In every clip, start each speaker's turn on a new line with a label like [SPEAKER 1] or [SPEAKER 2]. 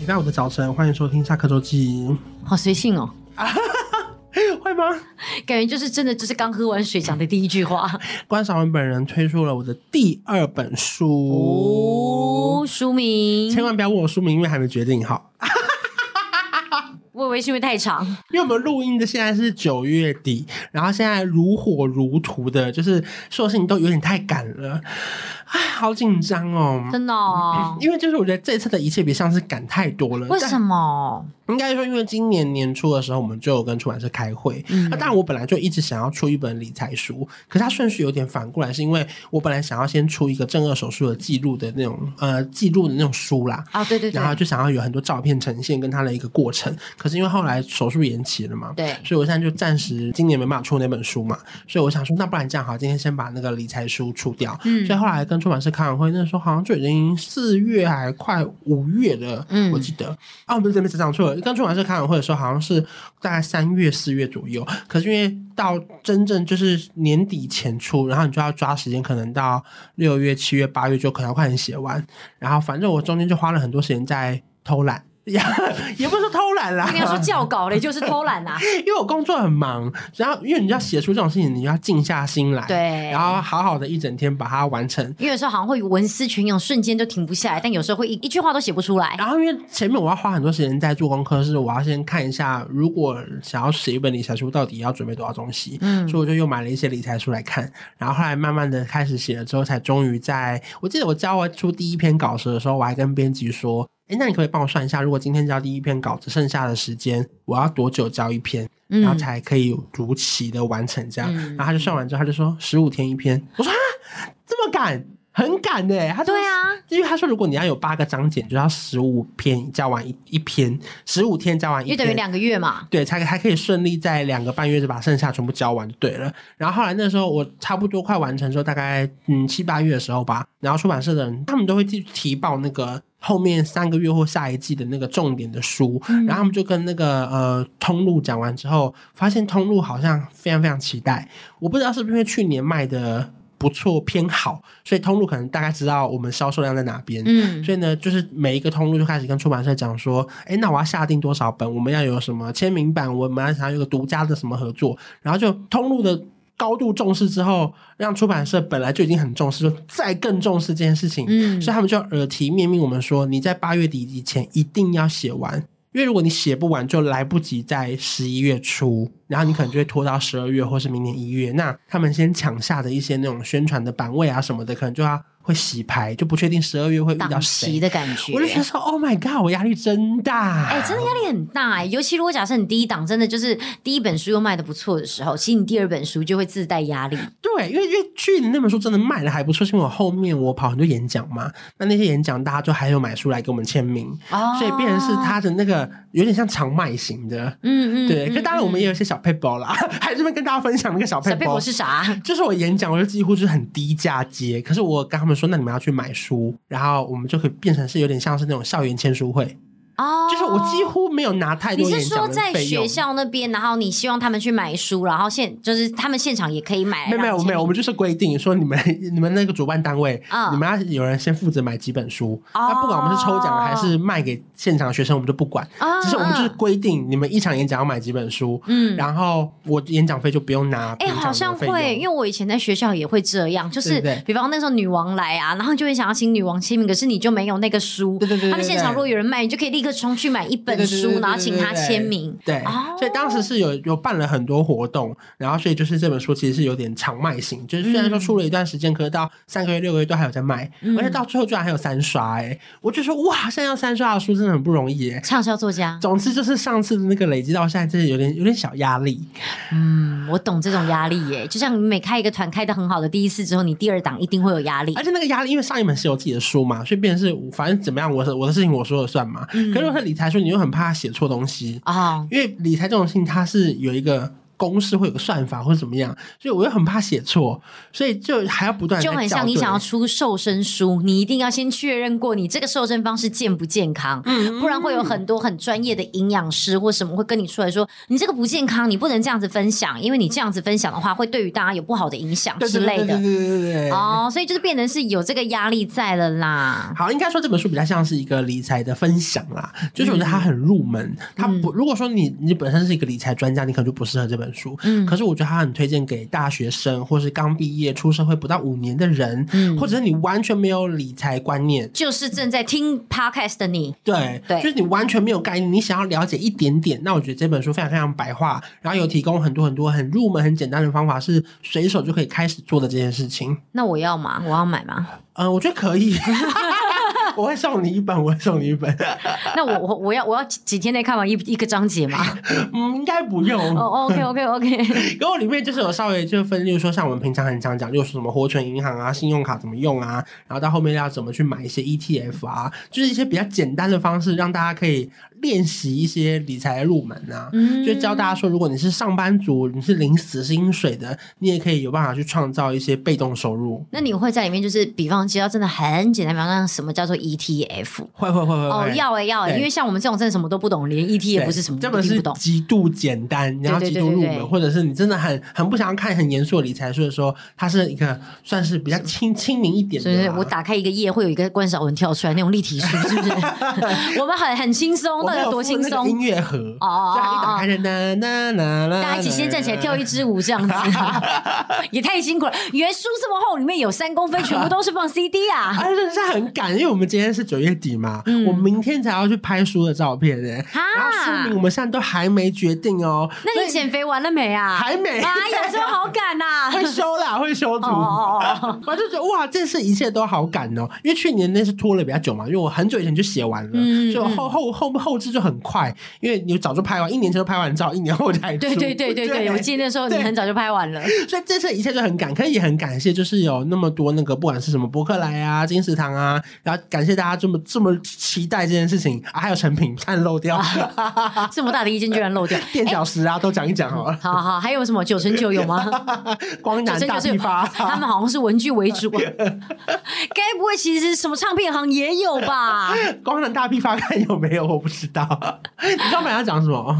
[SPEAKER 1] 礼拜五的早晨，欢迎收听下课周记。
[SPEAKER 2] 好随性哦，
[SPEAKER 1] 会吗？
[SPEAKER 2] 感觉就是真的就是刚喝完水讲的第一句话
[SPEAKER 1] 关少文本人推出了我的第二本书，
[SPEAKER 2] 哦。书名，
[SPEAKER 1] 千万不要问我书名，因为还没决定好。
[SPEAKER 2] 我以为是因为太长，
[SPEAKER 1] 因为我们录音的现在是九月底，然后现在如火如荼的，就是所有事情都有点太赶了，哎，好紧张哦。
[SPEAKER 2] 真的、哦。
[SPEAKER 1] 因为就是我觉得这次的一切比上次赶太多了。
[SPEAKER 2] 为什么？
[SPEAKER 1] 应该说，因为今年年初的时候，我们就有跟出版社开会。那当然，我本来就一直想要出一本理财书，可是它顺序有点反过来，是因为我本来想要先出一个正二手术的记录的那种呃记录的那种书啦。
[SPEAKER 2] 啊，对对对
[SPEAKER 1] 然，后就想要有很多照片呈现跟它的一个过程，可是因为后来手术延期了嘛，
[SPEAKER 2] 对
[SPEAKER 1] 所以我现在就暂时今年没办法出那本书嘛，所以我想说，那不然这样好，今天先把那个理财书出掉，
[SPEAKER 2] 嗯
[SPEAKER 1] 所以后来跟出版社开完会，那时候好像就已经四月还快五月了，
[SPEAKER 2] 嗯
[SPEAKER 1] 我记得啊，不是这边讲错了，跟出版社开完会的时候好像是大概三月四月左右，可是因为到真正就是年底前出，然后你就要抓时间，可能到六月、七月、八月就可能要快点写完，然后反正我中间就花了很多时间在偷懒。呀，也不是说偷懒啦，
[SPEAKER 2] 应该说教稿嘞，就是偷懒 呐、
[SPEAKER 1] 因为我工作很忙，然后因为你要写出这种事情，你要静下心来，
[SPEAKER 2] 对
[SPEAKER 1] 然后好好的一整天把它完成。
[SPEAKER 2] 因为有时候好像会文思泉涌，瞬间就停不下来，但有时候会一一句话都写不出来。
[SPEAKER 1] 然后因为前面我要花很多时间在做功课，是我要先看一下，如果想要写一本理财书，到底要准备多少东西。
[SPEAKER 2] 嗯
[SPEAKER 1] 所以我就又买了一些理财书来看，然后后来慢慢的开始写了之后，才终于在我记得我交出第一篇稿子的时候，我还跟编辑说：“哎，那你可不可以帮我算一下，如果今天交第一篇稿子，剩下的时间我要多久交一篇，
[SPEAKER 2] 嗯
[SPEAKER 1] 然后才可以如期的完成这样？”
[SPEAKER 2] 嗯
[SPEAKER 1] 然后他就算完之后，他就说：“十五天一篇。”我说：“啊，这么赶，很赶呢、他说
[SPEAKER 2] 对啊，
[SPEAKER 1] 因为他说，如果你要有八个章节，就要十五篇交完一一篇，十五天交完
[SPEAKER 2] 因
[SPEAKER 1] 一
[SPEAKER 2] 为等于
[SPEAKER 1] 篇，
[SPEAKER 2] 两个月嘛。
[SPEAKER 1] 对，才才可以顺利在两个半月就把剩下全部交完就对了。然后后来那时候我差不多快完成之后，大概嗯七八月的时候吧，然后出版社的人他们都会去提报那个后面三个月或下一季的那个重点的书，然后他们就跟那个呃通路讲完之后，发现通路好像非常非常期待，我不知道是不是因为去年卖的。不错，偏好，所以通路可能大概知道我们销售量在哪边，
[SPEAKER 2] 嗯，
[SPEAKER 1] 所以呢，就是每一个通路就开始跟出版社讲说，哎，那我要下定多少本，我们要有什么签名版，我们要想要有个独家的什么合作，然后就通路的高度重视之后，让出版社本来就已经很重视，就再更重视这件事情，
[SPEAKER 2] 嗯
[SPEAKER 1] 所以他们就耳提面命我们说，你在八月底以前一定要写完。因为如果你写不完，就来不及在十一月初，然后你可能就会拖到十二月或是明年一月。那他们先抢下的一些那种宣传的版位啊什么的，可能就要会洗牌，就不确定十二月会遇到
[SPEAKER 2] 档
[SPEAKER 1] 谁
[SPEAKER 2] 期。的感觉。
[SPEAKER 1] 我就觉得说，Oh my god，我压力真大。
[SPEAKER 2] 哎、真的压力很大哎、尤其如果假设你第一档真的就是第一本书又卖的不错的时候，其实你第二本书就会自带压力。
[SPEAKER 1] 对，因为因为去年那本书真的卖的还不错，是因为我后面我跑很多演讲嘛，那那些演讲大家就还有买书来给我们签名，
[SPEAKER 2] 哦
[SPEAKER 1] 所以变成是，它的那个有点像常卖型的。
[SPEAKER 2] 嗯嗯，
[SPEAKER 1] 对，
[SPEAKER 2] 嗯
[SPEAKER 1] 可当然我们
[SPEAKER 2] 嗯
[SPEAKER 1] 也有一些小配包啦， 还是会跟大家分享那个小配
[SPEAKER 2] 小佩
[SPEAKER 1] 包
[SPEAKER 2] 婆。是啥？
[SPEAKER 1] 就是我演讲，我就几乎就是很低价接，可是我跟他们说，那你们要去买书，然后我们就可以变成是有点像是那种校园签书会，
[SPEAKER 2] 哦，
[SPEAKER 1] 就是我几乎没有拿太
[SPEAKER 2] 你
[SPEAKER 1] 多
[SPEAKER 2] 是
[SPEAKER 1] 演
[SPEAKER 2] 说
[SPEAKER 1] 讲的
[SPEAKER 2] 在
[SPEAKER 1] 费用
[SPEAKER 2] 学。校那边，然后你希望他们去买书，然后现就是他们现场也可以买
[SPEAKER 1] 没有没
[SPEAKER 2] 来让
[SPEAKER 1] 有
[SPEAKER 2] 你
[SPEAKER 1] 没有，我们就是规定说你们 你们那个主办单位，
[SPEAKER 2] 嗯
[SPEAKER 1] 你们要有人先负责买几本书，
[SPEAKER 2] 哦
[SPEAKER 1] 那不管我们是抽奖还是卖给现场的学生，我们都不管，
[SPEAKER 2] 啊
[SPEAKER 1] 只是我们就是
[SPEAKER 2] 嗯
[SPEAKER 1] 规定你们一场演讲要买几本书，
[SPEAKER 2] 嗯
[SPEAKER 1] 然后我演讲费就不用拿
[SPEAKER 2] 哎、
[SPEAKER 1] 平常
[SPEAKER 2] 好像
[SPEAKER 1] 的费
[SPEAKER 2] 会，因为
[SPEAKER 1] 用。
[SPEAKER 2] 我以前在学校也会这样，就是
[SPEAKER 1] 对对
[SPEAKER 2] 比方那时候女王来啊，然后就会想要请女王签名，可是你就没有那个书，
[SPEAKER 1] 对对对对
[SPEAKER 2] 他们现
[SPEAKER 1] 对
[SPEAKER 2] 场如果有人卖，你就可以立刻刻冲去买一本
[SPEAKER 1] 对对对对
[SPEAKER 2] 书，
[SPEAKER 1] 对
[SPEAKER 2] 然后请他
[SPEAKER 1] 对对
[SPEAKER 2] 签名。
[SPEAKER 1] 对
[SPEAKER 2] 哦，
[SPEAKER 1] 所以当时是有有办了很多活动，然后所以就是这本书其实是有点长卖型，就是虽然说出了一段时间，可是到三个月、六个月都还有在卖，
[SPEAKER 2] 嗯
[SPEAKER 1] 而且到最后居然还有三刷、欸，我就说哇，现在要三刷的书真的很不容易、欸，
[SPEAKER 2] 畅销作家，
[SPEAKER 1] 总之就是上次的那个累积到现在，真的有点有点小压力。
[SPEAKER 2] 嗯，我懂这种压力耶。就像你每开一个团开的很好的第一次之后，你第二档一定会有压力
[SPEAKER 1] 而。且那个压力，因为上一本是有自己的书嘛，所以变成是反正怎么样，我的我的事情我说了算嘛。
[SPEAKER 2] 嗯
[SPEAKER 1] 可是如果是理财书，你又很怕写错东西，
[SPEAKER 2] 哦，
[SPEAKER 1] 因为理财这种事情它是有一个公式，会有个算法或者怎么样，所以我又很怕写错，所以就还要不断地
[SPEAKER 2] 就
[SPEAKER 1] 在
[SPEAKER 2] 很
[SPEAKER 1] 校
[SPEAKER 2] 像你
[SPEAKER 1] 对
[SPEAKER 2] 想要出瘦身书，你一定要先确认过你这个瘦身方式健不健康，
[SPEAKER 1] 嗯
[SPEAKER 2] 不然会有很多很专业的营养师或什么会跟你出来说你这个不健康，你不能这样子分享，因为你这样子分享的话会对于大家有不好的影响
[SPEAKER 1] 对
[SPEAKER 2] 之类
[SPEAKER 1] 对
[SPEAKER 2] 的。
[SPEAKER 1] 对对对对对。
[SPEAKER 2] 哦，所以就是变成是有这个压力在了啦。
[SPEAKER 1] 好，应该说这本书比较像是一个理财的分享啦，就是我觉得它
[SPEAKER 2] 嗯
[SPEAKER 1] 很入门。它不，如果说你你本身是一个理财专家，你可能就不适合这本书。
[SPEAKER 2] 嗯
[SPEAKER 1] 可是我觉得它很推荐给大学生，或是刚毕业出社会不到五年的人，
[SPEAKER 2] 嗯
[SPEAKER 1] 或者是你完全没有理财观念。
[SPEAKER 2] 就是正在听 podcast 的你，
[SPEAKER 1] 对，
[SPEAKER 2] 嗯对
[SPEAKER 1] 就是你完全没有概念，你想要了解一点点，那我觉得这本书非常非常白话，然后有提供很多很多很入门、很简单的方法，是随手就可以开始做的这件事情。
[SPEAKER 2] 那我要吗？我要买吗？
[SPEAKER 1] 嗯、我觉得可 以， 我会送你一本，我会送你一本。
[SPEAKER 2] 那我我我要我要几几天内看完一一个章节 吗？
[SPEAKER 1] 嗯，应该不用。
[SPEAKER 2] 哦、o k OK OK，
[SPEAKER 1] 然后里面就是有稍微就分，例如说像我们平常很常讲，例如说什么活存银行啊、信用卡怎么用啊，然后到后面要怎么去买一些 ETF 啊，就是一些比较简单的方式，让大家可以练习一些理财的入门啊。
[SPEAKER 2] 嗯
[SPEAKER 1] 就教大家说，如果你是上班族，你是领死薪水的，你也可以有办法去创造一些被动收入。
[SPEAKER 2] 那你会在里面就是，比方接到真的很简单，比方像什么叫做 ETF
[SPEAKER 1] 会会会会
[SPEAKER 2] 哦，
[SPEAKER 1] 会
[SPEAKER 2] 要哎、要哎、
[SPEAKER 1] 对
[SPEAKER 2] 因为像我们这种真的什么都不懂，连 ETF
[SPEAKER 1] 对
[SPEAKER 2] 是什么
[SPEAKER 1] 这
[SPEAKER 2] 都
[SPEAKER 1] 本
[SPEAKER 2] 听
[SPEAKER 1] 是
[SPEAKER 2] 不懂。
[SPEAKER 1] 极度简单，你要
[SPEAKER 2] 对
[SPEAKER 1] 极
[SPEAKER 2] 对
[SPEAKER 1] 度
[SPEAKER 2] 对
[SPEAKER 1] 入
[SPEAKER 2] 对
[SPEAKER 1] 门，
[SPEAKER 2] 对
[SPEAKER 1] 或者是你真的很很不想要看很严肃的理财书的时候，它是一个算是比较亲亲民一点
[SPEAKER 2] 所以
[SPEAKER 1] 的啦。
[SPEAKER 2] 我打开一个页，会有一个关少文跳出来那种立体书，是不是？我们很很轻松，
[SPEAKER 1] 我
[SPEAKER 2] 到
[SPEAKER 1] 们
[SPEAKER 2] 底有
[SPEAKER 1] 有
[SPEAKER 2] 多
[SPEAKER 1] 附
[SPEAKER 2] 轻
[SPEAKER 1] 那个音
[SPEAKER 2] 松？
[SPEAKER 1] 乐盒，
[SPEAKER 2] 哦哦
[SPEAKER 1] 所以它一
[SPEAKER 2] 哦
[SPEAKER 1] 打开就啦啦啦啦，
[SPEAKER 2] 大家一起先站起来跳一支舞，这样 子也太辛苦了。原书这么厚，里面有三公分，全部都是放 CD 啊！
[SPEAKER 1] 而且真的是很赶，因为我们今天是九月底嘛，
[SPEAKER 2] 嗯
[SPEAKER 1] 我明天才要去拍书的照片呢、
[SPEAKER 2] 哈
[SPEAKER 1] 然后书名我们现在都还没决定哦，
[SPEAKER 2] 那
[SPEAKER 1] 所
[SPEAKER 2] 你
[SPEAKER 1] 以
[SPEAKER 2] 减肥完了没啊？
[SPEAKER 1] 还没
[SPEAKER 2] 哎呀，这么好赶啊呐、
[SPEAKER 1] 会修啦，会修图。
[SPEAKER 2] 哦哦哦
[SPEAKER 1] 我就觉得哇，这次一切都好赶哦，因为去年那是拖了比较久嘛，因为我很久以前就写完了，
[SPEAKER 2] 嗯
[SPEAKER 1] 就后后后后置就很快，因为你早就拍完，一年前就拍完照，一年后才出。
[SPEAKER 2] 对对对对对，我记得那时候 你
[SPEAKER 1] 对
[SPEAKER 2] 很早就拍完了。
[SPEAKER 1] 所以这次一切就很赶，可以也很感谢，就是有那么多那个不管是什么博客来啊、金石堂啊，然后感谢大家这么这么期待这件事情啊，还有成品看漏掉，
[SPEAKER 2] 啊这么大的意见居然漏掉。
[SPEAKER 1] 垫脚石啊都讲一讲好了，
[SPEAKER 2] 好好，还有什么九乘九有 吗？
[SPEAKER 1] 光
[SPEAKER 2] 九
[SPEAKER 1] 南
[SPEAKER 2] 乘
[SPEAKER 1] 大
[SPEAKER 2] 九
[SPEAKER 1] 批
[SPEAKER 2] 哎是
[SPEAKER 1] 发、
[SPEAKER 2] 他们好像是文具为 主、啊，该不会其实什么唱片行也有 吧？
[SPEAKER 1] 光南大批发看有没有我不知道，你知道本来要讲什 么？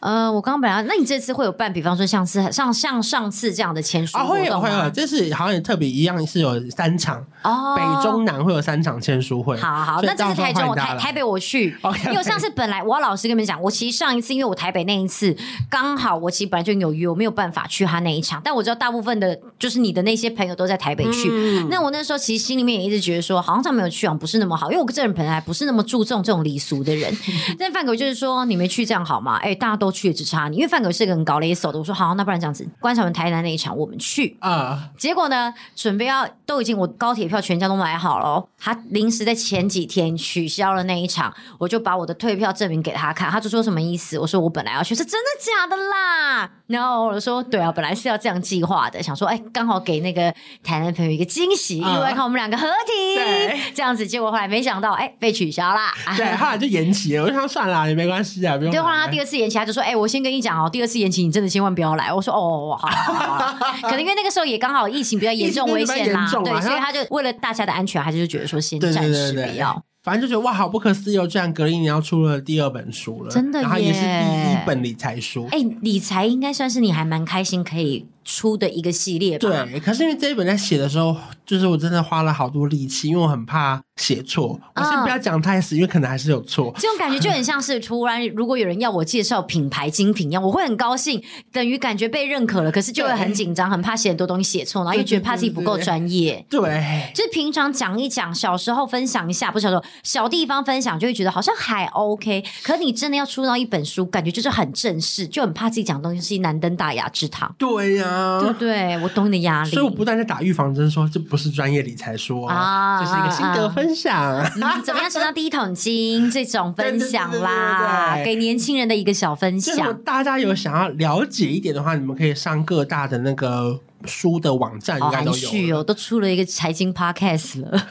[SPEAKER 2] 呃，我刚刚本来，那你这次会有办，比方说像次像像上次这样的签书
[SPEAKER 1] 啊，
[SPEAKER 2] 活
[SPEAKER 1] 会有
[SPEAKER 2] 动
[SPEAKER 1] 会有，
[SPEAKER 2] 吗？
[SPEAKER 1] 这次好像也特别一样，是有三场，
[SPEAKER 2] 哦
[SPEAKER 1] 北中南会有三场签书会。
[SPEAKER 2] 好好，
[SPEAKER 1] 所以
[SPEAKER 2] 那这
[SPEAKER 1] 到
[SPEAKER 2] 次
[SPEAKER 1] 时候
[SPEAKER 2] 台中，
[SPEAKER 1] 欢迎
[SPEAKER 2] 我
[SPEAKER 1] 大家
[SPEAKER 2] 台
[SPEAKER 1] 来
[SPEAKER 2] 台北 我去
[SPEAKER 1] OK，OK
[SPEAKER 2] 因为我上次本来我要老实跟你们讲，我其实上一次因为我台北那一次刚好我其实本来就有约，我没有办法去他那一场，但我知道大部分的就是你的那些朋友都在台北去，
[SPEAKER 1] 嗯
[SPEAKER 2] 那我那时候其实心里面也一直觉得说，好像他没有去啊，不是那么好，因为我这人本来不是那么注重这种礼俗 的人，但范狗就是说你没去这样好吗？哎，大家都去也只差你，因为范狗是个很搞勒手的，我说好，那不然这样子，关晓雯台南那一场我们去，
[SPEAKER 1] 啊，
[SPEAKER 2] 结果呢，准备要都已经我高铁票全家都买好了哦，他临时在前几天取消了那一场，我就把我的退票证明给他看，他就说什么意思？我说我本来要去，是真的假的啦？然后我就说对啊，本来是要这样计划的，想说哎，刚好给那个台南朋友一个惊喜，意
[SPEAKER 1] 啊
[SPEAKER 2] 外看我们两个合
[SPEAKER 1] 对
[SPEAKER 2] 体，这样子，结果后来没想到哎被取消啦。
[SPEAKER 1] 对，后来就延期了，我就想算了，也没关系啊，不用来。
[SPEAKER 2] 对，后来他第二次延期，他就说：“哎、我先跟你讲哦，第二次延期你真的千万不要来。”我说：“哦，好好好好好。” 可能因为那个时候也刚好疫情比较严重，危
[SPEAKER 1] 疫情比较
[SPEAKER 2] 险啦
[SPEAKER 1] 严，重啊
[SPEAKER 2] 对，
[SPEAKER 1] 他
[SPEAKER 2] 所以他就为了大家的安全，他就觉得说先
[SPEAKER 1] 对
[SPEAKER 2] 暂
[SPEAKER 1] 对
[SPEAKER 2] 时
[SPEAKER 1] 对
[SPEAKER 2] 不
[SPEAKER 1] 对，
[SPEAKER 2] 要。。
[SPEAKER 1] 反正就觉得哇，好不可思议哦！居然隔了一年要出了第二本书了，
[SPEAKER 2] 真的
[SPEAKER 1] 然后也是第
[SPEAKER 2] 耶
[SPEAKER 1] 一本理财书。
[SPEAKER 2] 哎、理财应该算是你还蛮开心可以出的一个系列吧。，
[SPEAKER 1] 对，可是因为这一本在写的时候，就是我真的花了好多力气，因为我很怕写错。我先
[SPEAKER 2] 嗯
[SPEAKER 1] 不要讲太死，因为可能还是有错。
[SPEAKER 2] 这种感觉就很像是突然如果有人要我介绍品牌精品一样，我会很高兴，等于感觉被认可了，可是就会很紧张，很怕写很多东西写错，然后又觉得怕自己不够专业。
[SPEAKER 1] 对，
[SPEAKER 2] 就是平常讲一讲，小时候分享一下，不是小时候小地方分享，就会觉得好像还 OK。可你真的要出到一本书，感觉就是很正式，就很怕自己讲的东西是难登大雅之堂，
[SPEAKER 1] 对呀、
[SPEAKER 2] 对不对？我懂你的压力。
[SPEAKER 1] 所以我不断在打预防针，说这不是专业理财说，
[SPEAKER 2] 啊
[SPEAKER 1] 这是一个心得分享。
[SPEAKER 2] 嗯怎么样存到第一桶金这种分享啦，
[SPEAKER 1] 对对对对对对
[SPEAKER 2] 给年轻人的一个小分
[SPEAKER 1] 如果
[SPEAKER 2] 享。
[SPEAKER 1] 大家有想要了解一点的话，你们可以上各大的那个书的网站，应
[SPEAKER 2] 好
[SPEAKER 1] 该
[SPEAKER 2] 含
[SPEAKER 1] 都
[SPEAKER 2] 蓄
[SPEAKER 1] 有了。
[SPEAKER 2] 哦，都出了一个财经 podcast 了，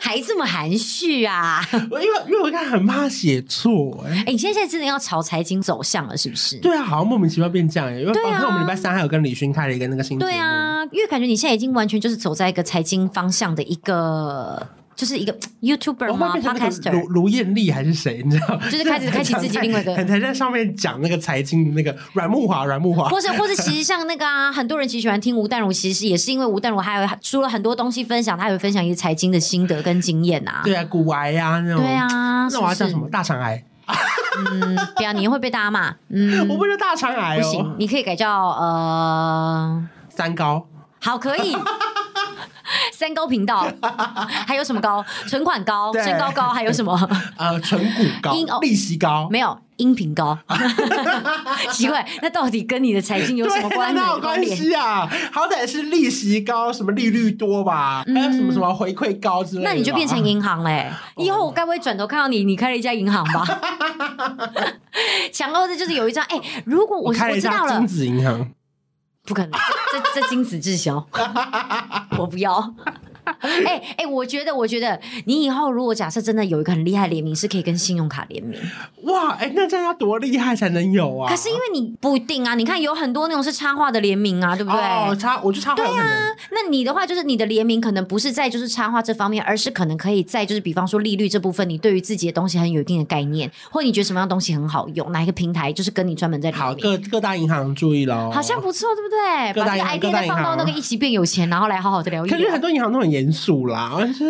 [SPEAKER 2] 还这么含蓄啊！
[SPEAKER 1] 我因为因为我看很怕写错、哎
[SPEAKER 2] 哎、你现在真的要朝财经走向了，是不是？
[SPEAKER 1] 对啊，好像莫名其妙变这样、哎因为
[SPEAKER 2] 对
[SPEAKER 1] 我
[SPEAKER 2] 啊
[SPEAKER 1] 看我们礼拜三还有跟李勋开了一个那个新节目哦
[SPEAKER 2] 对，啊，因为感觉你现在已经完全就是走在一个财经方向的一个，就是一个 YouTuber
[SPEAKER 1] 我哦会
[SPEAKER 2] 吗
[SPEAKER 1] 变成那个卢
[SPEAKER 2] ？Podcaster。
[SPEAKER 1] 卢燕丽还是谁，你知道？
[SPEAKER 2] 就 是开始开启自己另外一个
[SPEAKER 1] 很常在上面讲那个财经的那个阮木华，阮木华
[SPEAKER 2] 或者，或者，其实像那个啊，很多人其实喜欢听吴淡如，其实也是因为吴淡如还有出了很多东西分享，他有分享一些财经的心得跟经验啊。
[SPEAKER 1] 对啊，骨癌呀、那种。
[SPEAKER 2] 对啊，
[SPEAKER 1] 那我要
[SPEAKER 2] 是
[SPEAKER 1] 叫
[SPEAKER 2] 不是
[SPEAKER 1] 什么？？大肠癌？
[SPEAKER 2] 嗯，不要，你会被大家骂。 嗯，
[SPEAKER 1] 我不知道大肠癌
[SPEAKER 2] 不行
[SPEAKER 1] 哦，，
[SPEAKER 2] 你可以改叫呃，
[SPEAKER 1] 三高。
[SPEAKER 2] 好，可 以。三高频道，还有什么高？存款高、
[SPEAKER 1] 对
[SPEAKER 2] 身高高，还有什么？
[SPEAKER 1] 呃，纯骨
[SPEAKER 2] 因
[SPEAKER 1] 高，
[SPEAKER 2] 哦
[SPEAKER 1] 利息高，
[SPEAKER 2] 没有，音频高。奇怪，那到底跟你的财经有什么
[SPEAKER 1] 对
[SPEAKER 2] 关
[SPEAKER 1] 那
[SPEAKER 2] 联？
[SPEAKER 1] 有关系啊？好歹是利息高，什么利率多吧，还有什么什么回馈高之类的吧。
[SPEAKER 2] 嗯那你就变成银行嘞、
[SPEAKER 1] 哦
[SPEAKER 2] 以后我该不会转头看到你，你开了一家银行吧？强哥，这就是有一张哎、如果我
[SPEAKER 1] 我
[SPEAKER 2] 我
[SPEAKER 1] 开了一
[SPEAKER 2] 知道
[SPEAKER 1] 家
[SPEAKER 2] 了
[SPEAKER 1] 金，子银行，
[SPEAKER 2] 不可能，这这精子 滞销，我不要。哎哎、我觉得，我觉得你以后如果假设真的有一个很厉害的联名，是可以跟信用卡联名。
[SPEAKER 1] 哇，哎，那这样要多厉害才能有啊？
[SPEAKER 2] 可是因为你不一定啊，你看有很多那种是插画的联名啊，对不对？
[SPEAKER 1] 哦，差我就差对啊，
[SPEAKER 2] 那你的话就是你的联名可能不是在就是插画这方面，而是可能可以在就是比方说利率这部分，你对于自己的东西很有一定的概念，或你觉得什么样的东西很好用，哪一个平台就是跟你专门在
[SPEAKER 1] 好
[SPEAKER 2] 联名。
[SPEAKER 1] 各各大银行注意喽，
[SPEAKER 2] 好像。不错，对不对？
[SPEAKER 1] 各大
[SPEAKER 2] 把
[SPEAKER 1] 银
[SPEAKER 2] 这个
[SPEAKER 1] 行
[SPEAKER 2] idea
[SPEAKER 1] 各大
[SPEAKER 2] 再
[SPEAKER 1] 银
[SPEAKER 2] 放到
[SPEAKER 1] 行
[SPEAKER 2] 那个一起变有钱，然后来好好的聊一
[SPEAKER 1] 可是
[SPEAKER 2] 聊
[SPEAKER 1] 很。多银行都很严肃啦，就是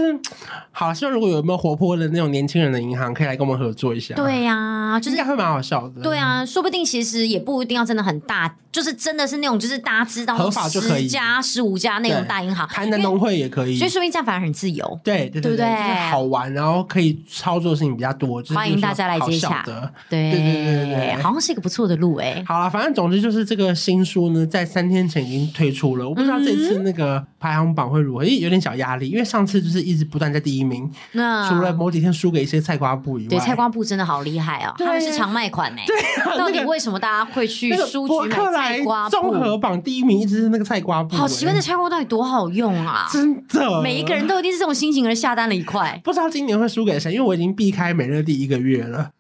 [SPEAKER 1] 好，希望如果有没有活泼的那种年轻人的银行，可以来跟我们合作一下。，
[SPEAKER 2] 对呀、就
[SPEAKER 1] 应
[SPEAKER 2] 是
[SPEAKER 1] 该会蛮好笑的。
[SPEAKER 2] 对啊，说不定其实也不一定要真的很大，就是真的是那种就是大家知道
[SPEAKER 1] 合法就可以
[SPEAKER 2] 十家、十五家那种大银行，
[SPEAKER 1] 台南农会也可以，
[SPEAKER 2] 所以说明这样反而很自由。
[SPEAKER 1] 对对
[SPEAKER 2] 对不
[SPEAKER 1] 对，就
[SPEAKER 2] 对
[SPEAKER 1] 是好玩，然后可以操作的事情比较多，就是
[SPEAKER 2] 欢迎大家来接洽
[SPEAKER 1] 比如说好笑的。
[SPEAKER 2] 对
[SPEAKER 1] 对对对对
[SPEAKER 2] 好像是一个不错的路哎、
[SPEAKER 1] 好了，反正总之就是这个新书呢，在三天前已经推出了。我不知道这
[SPEAKER 2] 嗯
[SPEAKER 1] 次那个排行榜会如何，因为有点小压力，因为上次就是一直不断在第一名，
[SPEAKER 2] 那
[SPEAKER 1] 除了某几天输给一些菜瓜布以外，
[SPEAKER 2] 嗯对菜瓜布真的好厉害哦，
[SPEAKER 1] 对啊
[SPEAKER 2] 他们是常卖款哎、
[SPEAKER 1] 啊
[SPEAKER 2] 到
[SPEAKER 1] 那
[SPEAKER 2] 底
[SPEAKER 1] 个
[SPEAKER 2] 为什么大家会去
[SPEAKER 1] 那个
[SPEAKER 2] 书
[SPEAKER 1] 博
[SPEAKER 2] 局
[SPEAKER 1] 客
[SPEAKER 2] 买
[SPEAKER 1] 来
[SPEAKER 2] 菜瓜
[SPEAKER 1] 综
[SPEAKER 2] 布？
[SPEAKER 1] 合榜第一名一直是那个菜瓜布、
[SPEAKER 2] 好奇怪，
[SPEAKER 1] 欸
[SPEAKER 2] 那菜瓜布到底多好用啊！
[SPEAKER 1] 真的，
[SPEAKER 2] 每一个人都一定是这种心情而下单了一块。
[SPEAKER 1] 不知道今年会输给谁，因为我已经避开美乐蒂一个月了，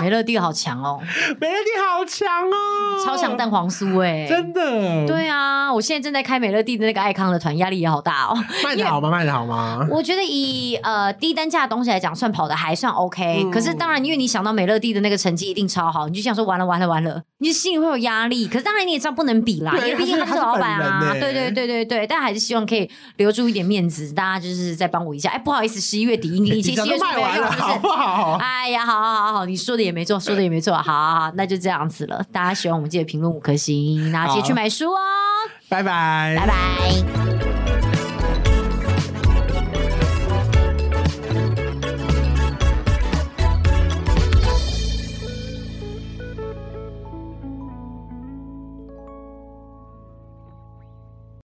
[SPEAKER 2] 美乐蒂好强哦，
[SPEAKER 1] 美乐蒂好强哦，
[SPEAKER 2] 嗯超强蛋黄酥 哎、
[SPEAKER 1] 真的，
[SPEAKER 2] 对啊，我现在正在开美乐蒂的那个爱康的团，压力也好大哦。
[SPEAKER 1] 卖的好吗？卖的好吗？
[SPEAKER 2] 我觉得以呃低单价的东西来讲，算跑的还算 OK、可
[SPEAKER 1] 嗯
[SPEAKER 2] 是当然，因为你想到美乐蒂的那个成绩一定超好，你就想说完了完了完了，你心里会有压力。可是当然你也知道不能比啦，因
[SPEAKER 1] 对
[SPEAKER 2] 为毕竟
[SPEAKER 1] 他是
[SPEAKER 2] 是老板
[SPEAKER 1] 他是
[SPEAKER 2] 啊。
[SPEAKER 1] 本人欸
[SPEAKER 2] 对对对对对，但还是希望可以留住一点面子，大家就是再帮我一下。哎，不好意思，十一月 底你已经
[SPEAKER 1] 你早
[SPEAKER 2] 十一
[SPEAKER 1] 就
[SPEAKER 2] 月初
[SPEAKER 1] 卖
[SPEAKER 2] 没有
[SPEAKER 1] 完
[SPEAKER 2] 用
[SPEAKER 1] 了，
[SPEAKER 2] 是
[SPEAKER 1] 好
[SPEAKER 2] 不
[SPEAKER 1] 不
[SPEAKER 2] 是？
[SPEAKER 1] 好？
[SPEAKER 2] 哎呀，好好好好，你说的也没错，说的也没错，好好好，那就这样子了。大家喜欢我们记得评论五颗星，然后记得去
[SPEAKER 1] 好
[SPEAKER 2] 买书哦，
[SPEAKER 1] 拜拜
[SPEAKER 2] 拜。拜。